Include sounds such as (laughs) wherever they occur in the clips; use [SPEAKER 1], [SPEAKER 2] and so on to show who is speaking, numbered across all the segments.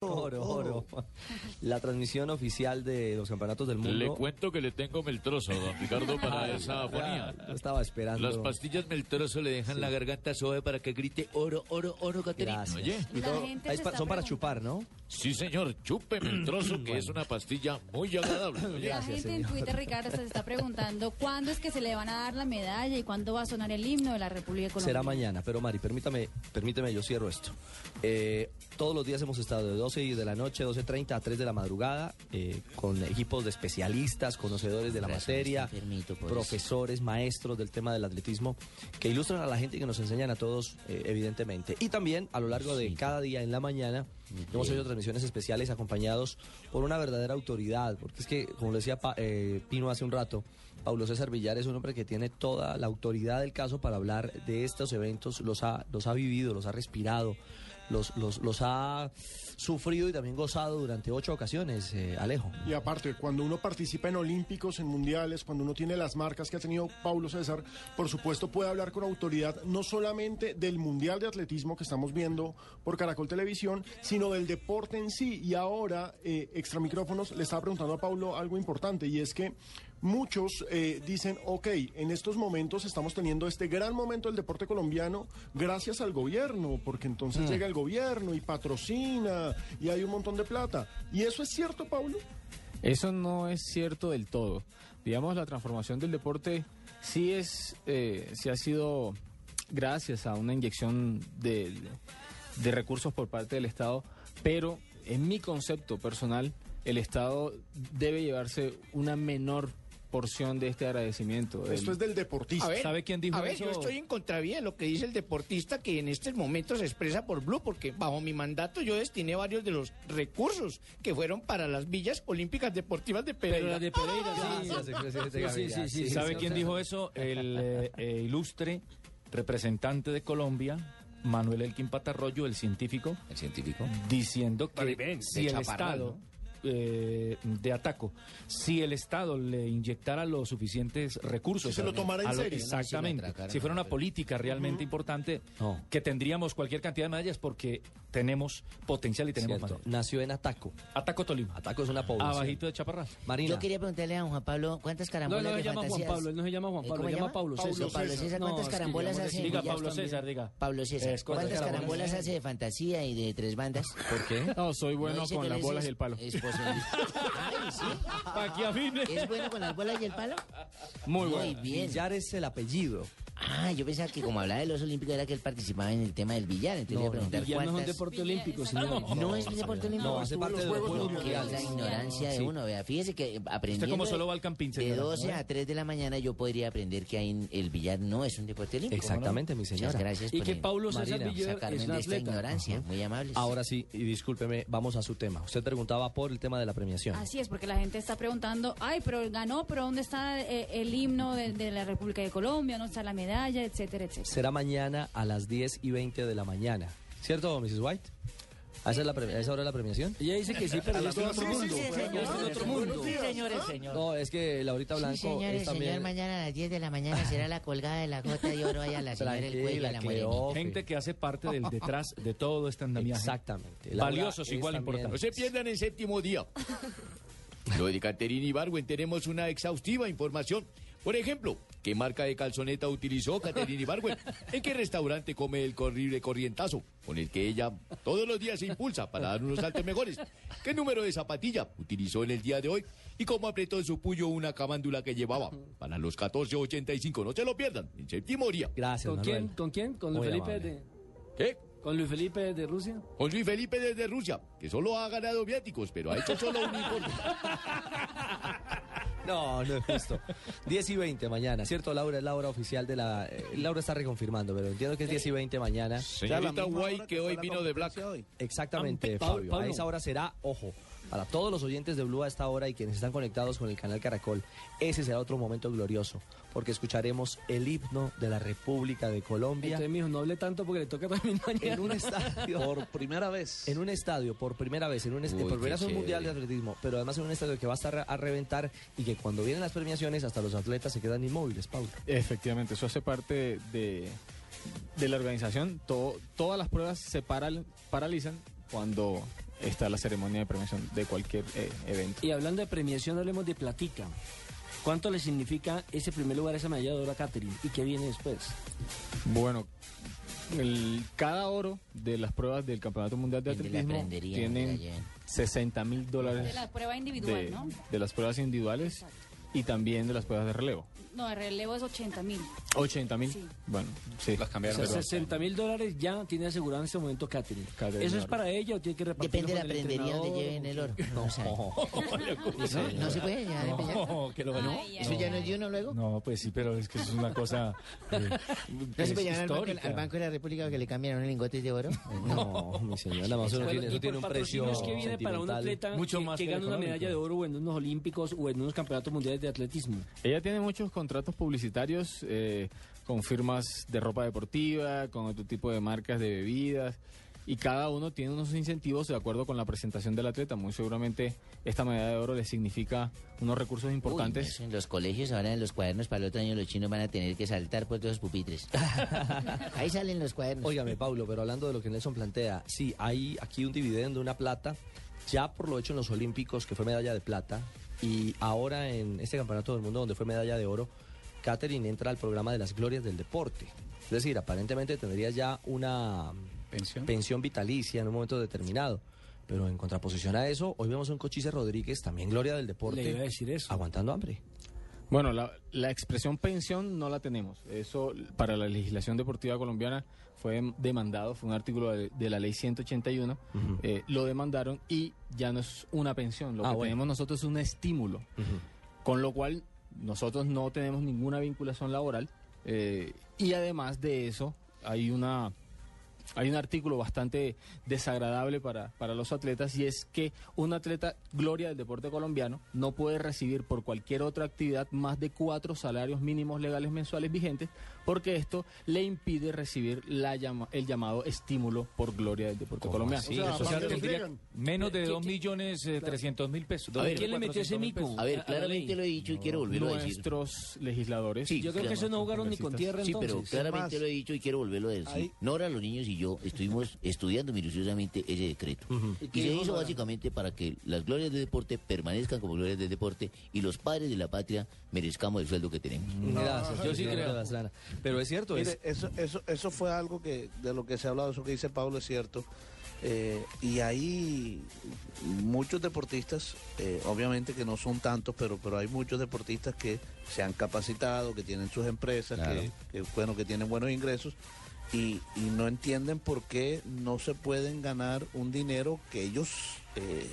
[SPEAKER 1] oro, oro. (laughs) La transmisión oficial de los campeonatos del mundo. Ah,
[SPEAKER 2] Le cuento que le tengo meltroso, don Ricardo, para esa afonía.
[SPEAKER 1] Lo estaba esperando.
[SPEAKER 2] Las pastillas meltroso le dejan la garganta suave para que grite oro, oro, oro, Caterina.
[SPEAKER 1] Gracias.
[SPEAKER 2] Oye.
[SPEAKER 1] Y
[SPEAKER 3] La
[SPEAKER 1] todo-
[SPEAKER 3] gente
[SPEAKER 1] ahí
[SPEAKER 3] se
[SPEAKER 1] pa-
[SPEAKER 3] está
[SPEAKER 1] son para
[SPEAKER 3] preguntando.
[SPEAKER 1] chupar, ¿no?
[SPEAKER 2] Sí, señor, chúpeme el trozo, que es una pastilla muy
[SPEAKER 1] (coughs)
[SPEAKER 2] agradable. oye.
[SPEAKER 3] La
[SPEAKER 1] Pues Gracias,
[SPEAKER 3] gente en
[SPEAKER 1] señor.
[SPEAKER 3] Twitter, Ricardo, se está preguntando cuándo es que se le van a dar la medalla y cuándo va a sonar el himno de la República Colombiana.
[SPEAKER 1] Será mañana, pero Mari, permítame, permíteme, yo cierro esto. Eh, todos los días hemos estado de 12 y de la noche, 12.30 a 3 de la madrugada, eh, con equipos de especialistas, conocedores de la
[SPEAKER 4] Gracias,
[SPEAKER 1] materia,
[SPEAKER 4] te permito, pues.
[SPEAKER 1] profesores, maestros del tema del atletismo, que ilustran a la gente y que nos enseñan a todos, eh, evidentemente. Y también a lo largo de
[SPEAKER 4] Sí.
[SPEAKER 1] cada día en la mañana, hemos hecho transmisiones especiales acompañados por una verdadera autoridad, porque es que, como lo decía Pa- eh, Pino hace un rato, Pablo César Villar es un hombre que tiene toda la autoridad del caso para hablar de estos eventos, los ha, los ha vivido, los ha respirado, los, los, los ha sufrido y también gozado durante ocho ocasiones, eh, Alejo.
[SPEAKER 5] Y aparte, cuando uno participa en olímpicos, en mundiales, cuando uno tiene las marcas que ha tenido Paulo César, por supuesto puede hablar con autoridad no solamente del mundial de atletismo que estamos viendo por Caracol Televisión, sino del deporte en sí. Y ahora, eh, extra micrófonos, le estaba preguntando a Paulo algo importante y es que muchos eh, dicen, ok, en estos momentos estamos teniendo este gran momento del deporte colombiano gracias al gobierno, porque entonces llega el gobierno y patrocina y hay un montón de plata. ¿Y eso es cierto, Paulo?
[SPEAKER 6] Eso no es cierto del todo. Digamos, la transformación del deporte sí es, eh, sí ha sido gracias a una inyección de, de recursos por parte del Estado, pero en mi concepto personal, el Estado debe llevarse una menor porción de este
[SPEAKER 5] Esto
[SPEAKER 6] agradecimiento.
[SPEAKER 7] Em,
[SPEAKER 6] El-
[SPEAKER 5] es del deportista.
[SPEAKER 8] A ver,
[SPEAKER 6] ¿Sabe quién dijo
[SPEAKER 8] a ver,
[SPEAKER 6] eso?
[SPEAKER 8] Yo estoy en contravía de lo que dice el deportista que en estos momentos se expresa por Blue, porque bajo mi mandato yo destiné varios de los recursos que fueron para las villas olímpicas deportivas de
[SPEAKER 7] Pero
[SPEAKER 8] Pereira.
[SPEAKER 7] la de Pereira, sí.
[SPEAKER 1] Gracias, expresidente
[SPEAKER 7] Sí, sí,
[SPEAKER 1] Gaviria.
[SPEAKER 7] sí, sí.
[SPEAKER 1] Sí,
[SPEAKER 7] ¿Sabe
[SPEAKER 1] sí,
[SPEAKER 7] quién
[SPEAKER 1] sí.
[SPEAKER 7] dijo eso? El eh, eh, ilustre representante de Colombia, Manuel Elkin Patarroyo, el científico,
[SPEAKER 4] El científico.
[SPEAKER 7] diciendo que
[SPEAKER 8] Ven,
[SPEAKER 7] si
[SPEAKER 8] de
[SPEAKER 7] el
[SPEAKER 8] chaparrón,
[SPEAKER 7] Estado eh, de ataco, si el Estado le inyectara los suficientes recursos,
[SPEAKER 5] Si se lo
[SPEAKER 7] a-
[SPEAKER 5] tomara en
[SPEAKER 7] a
[SPEAKER 5] serio.
[SPEAKER 4] Si lo
[SPEAKER 7] exactamente,
[SPEAKER 4] atracaran,
[SPEAKER 7] si fuera
[SPEAKER 4] no,
[SPEAKER 7] una
[SPEAKER 4] pero-
[SPEAKER 7] política realmente importante,
[SPEAKER 1] No.
[SPEAKER 7] que tendríamos cualquier cantidad de medallas porque tenemos potencial y tenemos
[SPEAKER 1] Cierto.
[SPEAKER 7] medallas.
[SPEAKER 1] Nació en Ataco.
[SPEAKER 7] Ataco Tolima,
[SPEAKER 1] Ataco es una población.
[SPEAKER 7] abajito de Chaparral.
[SPEAKER 1] Marina.
[SPEAKER 4] Yo quería preguntarle a don Juan Pablo cuántas
[SPEAKER 7] No,
[SPEAKER 4] carambolas
[SPEAKER 7] no se
[SPEAKER 4] de
[SPEAKER 7] llama Juan
[SPEAKER 4] fantasías.
[SPEAKER 7] Pablo, él no se llama Juan
[SPEAKER 4] ¿Eh,
[SPEAKER 7] Pablo,
[SPEAKER 4] ¿cómo
[SPEAKER 7] se llama Pablo
[SPEAKER 4] Pablo
[SPEAKER 7] César.
[SPEAKER 4] Pablo César,
[SPEAKER 7] No,
[SPEAKER 4] ¿cuántas
[SPEAKER 7] es que
[SPEAKER 4] carambolas
[SPEAKER 7] llamamos
[SPEAKER 4] hace?
[SPEAKER 7] así. Diga,
[SPEAKER 4] Ellas
[SPEAKER 7] Pablo
[SPEAKER 4] también.
[SPEAKER 7] César, diga.
[SPEAKER 4] Pablo César,
[SPEAKER 7] Es correcto.
[SPEAKER 4] ¿cuántas
[SPEAKER 7] Carambolas
[SPEAKER 4] carambolas hace de fantasía y de tres bandas?
[SPEAKER 1] ¿Por qué?
[SPEAKER 6] No, soy
[SPEAKER 4] ¿No
[SPEAKER 6] bueno
[SPEAKER 4] dice
[SPEAKER 6] con
[SPEAKER 4] que
[SPEAKER 6] las
[SPEAKER 4] él es
[SPEAKER 6] bolas y
[SPEAKER 4] es-
[SPEAKER 6] el palo.
[SPEAKER 4] es
[SPEAKER 6] (laughs)
[SPEAKER 4] posible. Ay, sí.
[SPEAKER 7] Pa' que afine.
[SPEAKER 4] ¿Es bueno con las bolas y el palo?
[SPEAKER 6] Muy
[SPEAKER 4] Muy
[SPEAKER 6] bueno.
[SPEAKER 4] bien.
[SPEAKER 1] Villar es el apellido.
[SPEAKER 4] Ah, yo pensaba que como hablaba de los olímpicos era que él participaba en el tema del billar. Entonces
[SPEAKER 1] No,
[SPEAKER 4] le iba a preguntar
[SPEAKER 6] Y ya no es un
[SPEAKER 4] cuántas...
[SPEAKER 6] deporte
[SPEAKER 3] Villar,
[SPEAKER 6] olímpico,
[SPEAKER 3] exacto.
[SPEAKER 6] señor.
[SPEAKER 4] No, es un deporte
[SPEAKER 1] No,
[SPEAKER 4] olímpico.
[SPEAKER 1] hace
[SPEAKER 5] Estuvo
[SPEAKER 1] parte de los
[SPEAKER 5] los Juegos
[SPEAKER 1] Juegos
[SPEAKER 4] Que es la
[SPEAKER 1] Mundiales.
[SPEAKER 4] ignorancia de
[SPEAKER 1] Sí.
[SPEAKER 4] uno, vea. Fíjese que aprendiendo...
[SPEAKER 7] ¿Usted cómo solo va al campín,
[SPEAKER 4] De
[SPEAKER 7] señora?
[SPEAKER 4] 12 a 3 de la mañana yo podría aprender que ahí en el billar no es un deporte olímpico.
[SPEAKER 1] Exactamente, mi señora.
[SPEAKER 4] Muchas gracias
[SPEAKER 7] Y
[SPEAKER 4] por
[SPEAKER 7] que
[SPEAKER 4] el-
[SPEAKER 7] Paulo César
[SPEAKER 1] Marina,
[SPEAKER 7] Villar
[SPEAKER 4] sacarme
[SPEAKER 7] es un
[SPEAKER 4] de esta
[SPEAKER 7] atleta.
[SPEAKER 4] ignorancia. Muy amables.
[SPEAKER 1] Ahora sí, y discúlpeme, vamos a su tema. Usted preguntaba por el tema de la
[SPEAKER 4] Ah,
[SPEAKER 1] premiación.
[SPEAKER 3] Así es, porque la gente está preguntando, ay, pero ganó, pero ¿dónde está eh, el himno de, de la República de Colombia? ¿Dónde está la medalla? Etcétera, etcétera.
[SPEAKER 1] Será mañana a las 10 y 20 de la mañana. ¿Cierto, Mrs. White? ¿A esa, es la pre- a esa hora es la premiación?
[SPEAKER 7] Ella dice (laughs) que sí, pero yo estoy en otro mundo.
[SPEAKER 4] Sí, señor.
[SPEAKER 7] Yo estoy en otro mundo.
[SPEAKER 4] Sí, señor,
[SPEAKER 1] ¿Ah?
[SPEAKER 4] el señor.
[SPEAKER 1] No, es que Laurita Blanco
[SPEAKER 4] Sí, señor, el
[SPEAKER 1] es
[SPEAKER 4] señor,
[SPEAKER 1] también...
[SPEAKER 4] mañana a las 10 de la mañana será la colgada de la gota de oro allá a la señora el cuello a
[SPEAKER 1] Tranquila,
[SPEAKER 4] la
[SPEAKER 1] que
[SPEAKER 4] morenita.
[SPEAKER 1] ofe.
[SPEAKER 7] Gente que hace parte del detrás de todo este andamiaje.
[SPEAKER 1] Exactamente. Laura
[SPEAKER 7] Valiosos,
[SPEAKER 1] es
[SPEAKER 7] igual
[SPEAKER 1] también-
[SPEAKER 7] importantes.
[SPEAKER 8] No se pierdan el séptimo día. Lo de Caterina Ibarwen tenemos una exhaustiva información. Por ejemplo, ¿qué marca de calzoneta utilizó Caterina Ibarwen? ¿En qué restaurante come el corrible corrientazo con el que ella todos los días se impulsa para dar unos saltos mejores? ¿Qué número de zapatilla utilizó en el día de hoy? ¿Y cómo apretó en su puño una camándula que llevaba? Para los 14.85, no se lo pierdan, en séptimo día.
[SPEAKER 1] Gracias,
[SPEAKER 7] ¿Con
[SPEAKER 1] Manuel.
[SPEAKER 7] quién? ¿Con quién? ¿Con
[SPEAKER 1] Muy
[SPEAKER 7] Luis Felipe
[SPEAKER 1] amable.
[SPEAKER 7] de,
[SPEAKER 8] ¿Eh?
[SPEAKER 7] con Luis Felipe de Rusia?
[SPEAKER 8] Con Luis Felipe desde Rusia, que solo ha ganado viáticos, pero ha hecho solo un informe.
[SPEAKER 1] No, no es
[SPEAKER 7] (laughs)
[SPEAKER 1] justo. 10 y 20 mañana, ¿cierto, Laura? Es la hora oficial de la... eh, Laura está reconfirmando, pero entiendo que es 10 y 20 mañana.
[SPEAKER 8] Señorita Guay, que hoy vino de Black.
[SPEAKER 1] Exactamente,
[SPEAKER 7] Ampe- Pa-
[SPEAKER 1] Fabio. A
[SPEAKER 7] Pablo.
[SPEAKER 1] esa hora será, ojo, para todos los oyentes de Blue a esta hora y quienes están conectados con el canal Caracol, ese será otro momento glorioso, porque escucharemos el himno de la República de Colombia
[SPEAKER 7] Entonces, mijo, no hable tanto porque le toca también
[SPEAKER 1] en
[SPEAKER 7] mañana.
[SPEAKER 1] un estadio. Por primera vez. En un estadio, por primera vez, en un estadio,
[SPEAKER 8] Uy,
[SPEAKER 1] por primera
[SPEAKER 8] qué
[SPEAKER 1] vez en un mundial de
[SPEAKER 8] chévere.
[SPEAKER 1] atletismo, pero además en un estadio que va a estar a reventar y que cuando vienen las premiaciones hasta los atletas se quedan inmóviles, Pablo.
[SPEAKER 6] Efectivamente, eso hace parte de, de la organización. Todo- todas las pruebas se paral- paralizan cuando está la ceremonia de premiación de cualquier eh, evento.
[SPEAKER 9] Y hablando de premiación, hablemos de platica. ¿Cuánto le significa ese primer lugar, esa medalla de oro a Catherine? ¿Y qué viene después?
[SPEAKER 6] Bueno, el- cada oro de las pruebas del Campeonato Mundial de
[SPEAKER 4] ¿Dónde la
[SPEAKER 6] Atletismo
[SPEAKER 4] aprendería,
[SPEAKER 6] tienen
[SPEAKER 4] Medellín?
[SPEAKER 6] 60 mil dólares
[SPEAKER 3] De la prueba individual,
[SPEAKER 6] de-
[SPEAKER 3] ¿no?
[SPEAKER 6] de las pruebas individuales y también de las pruebas de relevo.
[SPEAKER 3] No, el relevo es 80 mil.
[SPEAKER 6] 80 mil.
[SPEAKER 3] Sí.
[SPEAKER 6] Bueno, sí.
[SPEAKER 7] Las
[SPEAKER 9] O
[SPEAKER 7] cambiaron.
[SPEAKER 9] sea,
[SPEAKER 7] Pero-
[SPEAKER 9] 60 mil dólares ya tiene asegurado en este momento Catherine.
[SPEAKER 6] Catherine,
[SPEAKER 9] ¿Eso es
[SPEAKER 6] claro.
[SPEAKER 9] para ella o tiene que repartirlo
[SPEAKER 4] Depende de la
[SPEAKER 9] con el
[SPEAKER 4] prendería donde
[SPEAKER 9] entrenador?
[SPEAKER 4] lleven el
[SPEAKER 1] (laughs)
[SPEAKER 4] oro. No, o sea, no, no se puede llevar el billar.
[SPEAKER 7] No, que lo ganó.
[SPEAKER 3] Ay, ay,
[SPEAKER 4] ¿Eso ya no es de uno luego? No,
[SPEAKER 7] No, pues sí, pero es que es una cosa. eh,
[SPEAKER 4] se
[SPEAKER 7] es
[SPEAKER 4] puede llevar al banco,
[SPEAKER 7] histórica.
[SPEAKER 4] al Banco de la República que le cambiaron lingotes de oro.
[SPEAKER 1] No, mi señora, además eso, no
[SPEAKER 9] Bueno,
[SPEAKER 1] tiene,
[SPEAKER 9] y
[SPEAKER 1] eso
[SPEAKER 9] por
[SPEAKER 1] tiene un
[SPEAKER 9] patrocinios
[SPEAKER 1] precio
[SPEAKER 9] que viene para un
[SPEAKER 1] sentimental.
[SPEAKER 9] atleta
[SPEAKER 7] Mucho
[SPEAKER 9] que,
[SPEAKER 7] más
[SPEAKER 9] que
[SPEAKER 7] que
[SPEAKER 9] gana una
[SPEAKER 7] económico.
[SPEAKER 9] medalla de oro o en unos olímpicos o en unos campeonatos mundiales de atletismo.
[SPEAKER 6] Ella tiene muchos contratos publicitarios eh, con firmas de ropa deportiva, con otro tipo de marcas de bebidas. Y cada uno tiene unos incentivos de acuerdo con la presentación del atleta. Muy seguramente esta medalla de oro le significa unos recursos
[SPEAKER 4] Uy,
[SPEAKER 6] importantes.
[SPEAKER 4] no, en los colegios ahora en los cuadernos para el otro año los chinos van a tener que saltar por todos los pupitres. (laughs) Ahí salen los cuadernos.
[SPEAKER 1] Óigame, Pablo, pero hablando de lo que Nelson plantea, sí, hay aquí un dividendo, una plata, ya por lo hecho en los Olímpicos, que fue medalla de plata, y ahora en este Campeonato del Mundo, donde fue medalla de oro, Catherine entra al programa de las glorias del deporte. Es decir, aparentemente tendría ya una
[SPEAKER 7] Pensión.
[SPEAKER 1] vitalicia en un momento determinado. Pero en contraposición a eso, hoy vemos a un Cochise Rodríguez, también gloria del deporte,
[SPEAKER 9] Le iba a decir eso.
[SPEAKER 1] aguantando hambre.
[SPEAKER 6] Bueno, la, la expresión pensión no la tenemos. Eso para la legislación deportiva colombiana fue demandado, fue un artículo de, de la ley 181. eh, lo demandaron y ya no es una pensión. Lo
[SPEAKER 1] Ah,
[SPEAKER 6] que
[SPEAKER 1] bueno.
[SPEAKER 6] tenemos nosotros es un estímulo. con lo cual nosotros no tenemos ninguna vinculación laboral eh, y además de eso hay una hay un artículo bastante desagradable para, para los atletas y es que un atleta gloria del deporte colombiano no puede recibir por cualquier otra actividad más de cuatro salarios mínimos legales mensuales vigentes porque esto le impide recibir la llama- el llamado estímulo por gloria del deporte colombiano.
[SPEAKER 5] O sea,
[SPEAKER 7] O sea,
[SPEAKER 5] aparte los
[SPEAKER 7] tendría
[SPEAKER 5] niegan.
[SPEAKER 7] menos de
[SPEAKER 9] ¿Quién-
[SPEAKER 7] 2
[SPEAKER 9] quién-
[SPEAKER 7] millones eh, 300 mil pesos.
[SPEAKER 8] A ver,
[SPEAKER 9] ¿Quién le metió ese
[SPEAKER 7] 400 mil
[SPEAKER 9] mico?
[SPEAKER 7] pesos.
[SPEAKER 8] A ver,
[SPEAKER 9] la
[SPEAKER 8] claramente
[SPEAKER 9] ley.
[SPEAKER 8] lo he dicho y quiero volverlo a decir.
[SPEAKER 6] Nuestros legisladores
[SPEAKER 8] Sí,
[SPEAKER 9] Yo creo que eso no jugaron ni con tierra
[SPEAKER 8] Sí,
[SPEAKER 9] entonces.
[SPEAKER 8] pero claramente
[SPEAKER 9] Más.
[SPEAKER 8] lo he dicho y quiero volverlo a decir.
[SPEAKER 9] Ahí-
[SPEAKER 8] Nora, los niños y yo estuvimos estudiando minuciosamente ese decreto.
[SPEAKER 9] ¿Y qué
[SPEAKER 8] Y se
[SPEAKER 9] dijo
[SPEAKER 8] hizo
[SPEAKER 9] Nora?
[SPEAKER 8] básicamente para que las glorias de deporte permanezcan como glorias de deporte y los padres de la patria merezcamos el sueldo que tenemos.
[SPEAKER 1] Gracias,
[SPEAKER 2] yo sí
[SPEAKER 1] señor
[SPEAKER 2] creo.
[SPEAKER 1] Pastrana. Pero es cierto, es,
[SPEAKER 10] Mire, eso, eso, eso fue algo que de lo que se ha hablado, eso que dice Pablo es cierto. Eh, y hay muchos deportistas, eh, obviamente que no son tantos, pero, pero hay muchos deportistas que se han capacitado, que tienen sus empresas,
[SPEAKER 8] Claro.
[SPEAKER 10] que, que, bueno, que tienen buenos ingresos y, y no entienden por qué no se pueden ganar un dinero que ellos eh,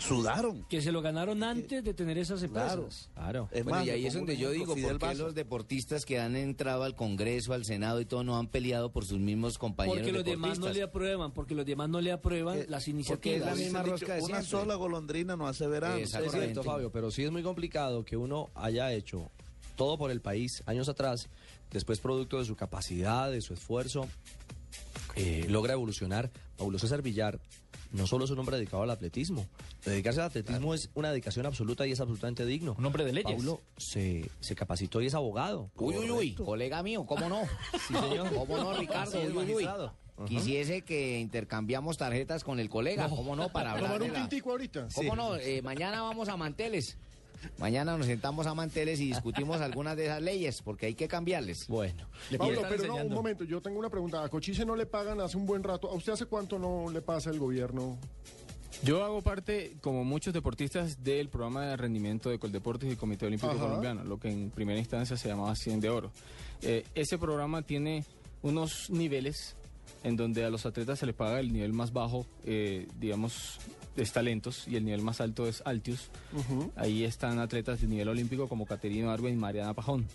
[SPEAKER 10] sudaron.
[SPEAKER 9] Que se lo ganaron antes de tener esas
[SPEAKER 10] Claro.
[SPEAKER 9] empresas.
[SPEAKER 1] claro.
[SPEAKER 10] Es
[SPEAKER 11] Bueno,
[SPEAKER 10] más,
[SPEAKER 11] y
[SPEAKER 10] le
[SPEAKER 11] ahí es
[SPEAKER 10] pongo un
[SPEAKER 11] donde yo digo,
[SPEAKER 10] ejemplo,
[SPEAKER 11] ¿por
[SPEAKER 10] Fidel
[SPEAKER 11] qué
[SPEAKER 10] Vaso.
[SPEAKER 11] los deportistas que han entrado al Congreso, al Senado y todo no han peleado por sus mismos compañeros
[SPEAKER 9] Porque los demás
[SPEAKER 11] deportistas?
[SPEAKER 9] no le aprueban, porque los demás no le aprueban
[SPEAKER 10] Eh,
[SPEAKER 9] las
[SPEAKER 11] porque es
[SPEAKER 9] iniciativas.
[SPEAKER 11] la misma
[SPEAKER 10] Dicen,
[SPEAKER 11] rosca de
[SPEAKER 10] Una
[SPEAKER 11] siempre.
[SPEAKER 10] sola golondrina no hace verano.
[SPEAKER 1] Es
[SPEAKER 11] Exactamente.
[SPEAKER 1] cierto, Fabio, pero sí es muy complicado que uno haya hecho todo por el país años atrás, después producto de su capacidad, de su esfuerzo, eh, logra evolucionar. Paulo César Villar no solo es un hombre dedicado al atletismo, dedicarse al atletismo es una dedicación absoluta y es absolutamente digno.
[SPEAKER 7] Un hombre de leyes.
[SPEAKER 1] Paulo se, se capacitó y es abogado.
[SPEAKER 11] Uy, uy, uy, colega mío, ¿cómo no? ¿Cómo
[SPEAKER 9] (laughs)
[SPEAKER 11] no,
[SPEAKER 1] Así
[SPEAKER 11] Ricardo?
[SPEAKER 1] es,
[SPEAKER 11] Uy, uy, uy.
[SPEAKER 1] magistrado. Ajá.
[SPEAKER 11] Quisiese que intercambiamos tarjetas con el colega, ¿cómo no?
[SPEAKER 9] (laughs)
[SPEAKER 11] Para hablar
[SPEAKER 5] Tomar
[SPEAKER 11] de
[SPEAKER 5] un
[SPEAKER 11] la-
[SPEAKER 5] tintico ahorita.
[SPEAKER 11] ¿Cómo no? Eh, mañana vamos a Manteles. Mañana nos sentamos a Manteles y discutimos algunas de esas leyes, porque hay que cambiarles.
[SPEAKER 1] Bueno,
[SPEAKER 5] Pablo,
[SPEAKER 7] están
[SPEAKER 5] pero no, un
[SPEAKER 7] enseñando.
[SPEAKER 5] momento, yo tengo una pregunta. A Cochise no le pagan hace un buen rato. ¿A usted hace cuánto no le pasa el gobierno?
[SPEAKER 6] Yo hago parte, como muchos deportistas, del programa de rendimiento de Coldeportes y el Comité Olímpico
[SPEAKER 5] Ajá.
[SPEAKER 6] Colombiano, lo que en primera instancia se llamaba 100 de Oro. Eh, ese programa tiene unos niveles en donde a los atletas se les paga el nivel más bajo, eh, digamos, es talentos, y el nivel más alto es altius.
[SPEAKER 5] Ujú.
[SPEAKER 6] Ahí están atletas de nivel olímpico como Caterina Arben y Mariana Pajón.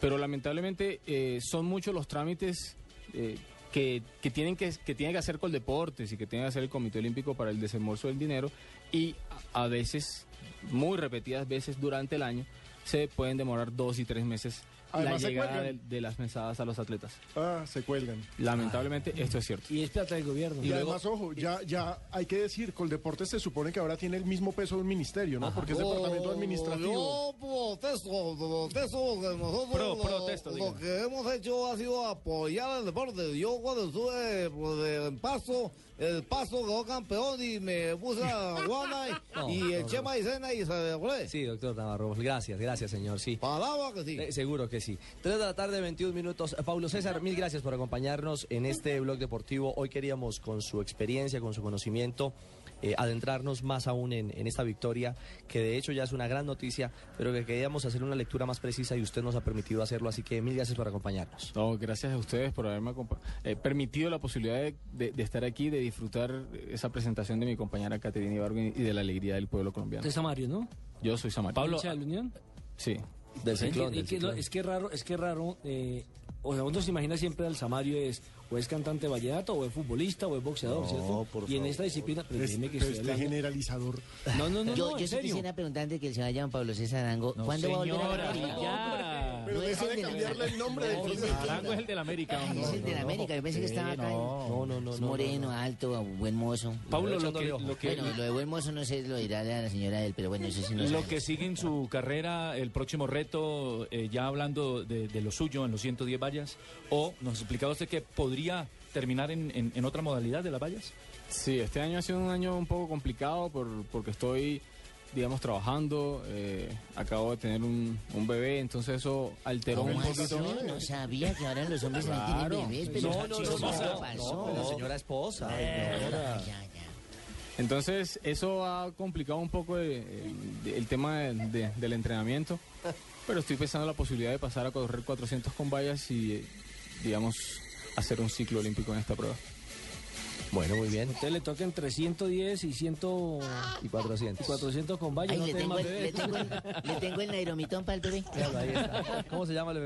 [SPEAKER 6] Pero lamentablemente eh, son muchos los trámites eh, que, que tienen que, que tiene que hacer Coldeportes y que tiene que hacer el Comité Olímpico para el desembolso del dinero y a a veces, muy repetidas veces durante el año, se pueden demorar dos y tres meses la
[SPEAKER 5] Además, se
[SPEAKER 6] llegada de,
[SPEAKER 5] cuelgan.
[SPEAKER 6] de las mesadas a los atletas.
[SPEAKER 5] Ah, se cuelgan.
[SPEAKER 6] Lamentablemente, esto es cierto.
[SPEAKER 9] Y es plata del gobierno.
[SPEAKER 5] Y, además, ojo, ya, ya hay que decir, Coldeporte se supone que ahora tiene el mismo peso de un ministerio, ¿no? Porque es departamento administrativo.
[SPEAKER 12] Yo protesto, protesto, que nosotros
[SPEAKER 5] Pro-
[SPEAKER 12] lo,
[SPEAKER 5] protesto,
[SPEAKER 12] lo
[SPEAKER 5] diga.
[SPEAKER 12] que hemos hecho ha sido apoyar el deporte. Yo cuando estuve pues, en Paso, el Paso quedó campeón y me puse a
[SPEAKER 1] (laughs)
[SPEAKER 12] Guana y,
[SPEAKER 1] No,
[SPEAKER 12] y
[SPEAKER 1] no,
[SPEAKER 12] eché
[SPEAKER 1] no.
[SPEAKER 12] maicena y se fue.
[SPEAKER 1] Sí, Eh, doctor Navarro. Gracias, gracias, señor. Sí.
[SPEAKER 12] Palabra que sí.
[SPEAKER 1] seguro que sí. 3 de la tarde, 21 minutos. Eh, Paulo César, mil gracias por acompañarnos en este blog deportivo. Hoy queríamos, con su experiencia, con su conocimiento, eh, adentrarnos más aún en, en esta victoria, que de hecho ya es una gran noticia, pero que queríamos hacer una lectura más precisa y usted nos ha permitido hacerlo. Así que mil gracias por acompañarnos.
[SPEAKER 6] No, gracias a ustedes por haberme acompa- eh, permitido la posibilidad de, de- de estar aquí, de disfrutar esa presentación de mi compañera Caterina Ibargo y de la alegría del pueblo colombiano.
[SPEAKER 9] Usted es Samario, ¿no?
[SPEAKER 6] Yo soy Samario.
[SPEAKER 9] Pablo. ¿De la Unión?
[SPEAKER 6] Sí.
[SPEAKER 9] Es que- es, que, no, es que raro, es que raro. eh, o sea, uno se imagina siempre al Samario es o es cantante de vallenato, o es futbolista, o es boxeador,
[SPEAKER 5] No,
[SPEAKER 9] ¿cierto?
[SPEAKER 5] por
[SPEAKER 9] y en esta disciplina, pero
[SPEAKER 5] Es-
[SPEAKER 9] dime que
[SPEAKER 5] pero
[SPEAKER 9] estoy
[SPEAKER 5] este
[SPEAKER 9] hablando-
[SPEAKER 5] generalizador.
[SPEAKER 9] No, no, no,
[SPEAKER 4] yo,
[SPEAKER 9] no, en
[SPEAKER 4] yo sí
[SPEAKER 9] serio.
[SPEAKER 4] quisiera preguntar antes que el señor Jean Pablo César Arango,
[SPEAKER 9] No,
[SPEAKER 4] ¿cuándo va a volver
[SPEAKER 9] señora,
[SPEAKER 4] a
[SPEAKER 9] no,
[SPEAKER 4] América?
[SPEAKER 9] pero deja de
[SPEAKER 4] de la-
[SPEAKER 9] cambiarle el nombre del
[SPEAKER 4] No,
[SPEAKER 9] club.
[SPEAKER 4] es el de-
[SPEAKER 9] Arango es el del América,
[SPEAKER 4] Ah,
[SPEAKER 9] no,
[SPEAKER 4] es el
[SPEAKER 9] no,
[SPEAKER 4] del
[SPEAKER 9] no.
[SPEAKER 4] América, yo pensé que
[SPEAKER 9] Sí,
[SPEAKER 4] estaba acá. en-
[SPEAKER 9] no. No, no, no,
[SPEAKER 4] Es
[SPEAKER 9] no,
[SPEAKER 4] moreno, alto, buen mozo.
[SPEAKER 7] Paulo, lo que- lo que-
[SPEAKER 4] Bueno, lo de buen mozo no sé, lo dirá la señora él, pero bueno, eso sí no sé.
[SPEAKER 7] Lo que sigue en su carrera, el próximo reto, eh, ya hablando de, de lo suyo en los 110 vallas, o nos explicaba usted que podría terminar en, en- en otra modalidad de las vallas.
[SPEAKER 6] Sí, este año ha sido un año un poco complicado por- porque estoy, digamos, trabajando. eh, acabo de tener un, un bebé, entonces eso alteró un
[SPEAKER 4] ¿Cómo así?
[SPEAKER 6] poquito.
[SPEAKER 4] No sabía que ahora los hombres no
[SPEAKER 6] Claro.
[SPEAKER 4] tienen bebés, pero
[SPEAKER 6] No, no, no,
[SPEAKER 4] ¿qué
[SPEAKER 6] no,
[SPEAKER 1] Ah,
[SPEAKER 6] no,
[SPEAKER 4] pasó?
[SPEAKER 6] no,
[SPEAKER 1] Señora esposa.
[SPEAKER 6] Entonces, eso ha complicado un poco eh, el, el tema de- de- del entrenamiento, pero estoy pensando en la posibilidad de pasar a correr 400 con vallas y, eh, digamos, hacer un ciclo olímpico en esta prueba.
[SPEAKER 1] Bueno, muy bien.
[SPEAKER 9] Usted le toca entre 110 y 100
[SPEAKER 1] y 400.
[SPEAKER 9] 400 con vallas.
[SPEAKER 4] Ay,
[SPEAKER 9] no
[SPEAKER 4] le
[SPEAKER 9] tenga
[SPEAKER 4] tengo
[SPEAKER 9] más
[SPEAKER 4] el-
[SPEAKER 9] bebés.
[SPEAKER 4] le tengo el- le tengo el nairomitón para el bebé.
[SPEAKER 1] ¿Cómo se llama el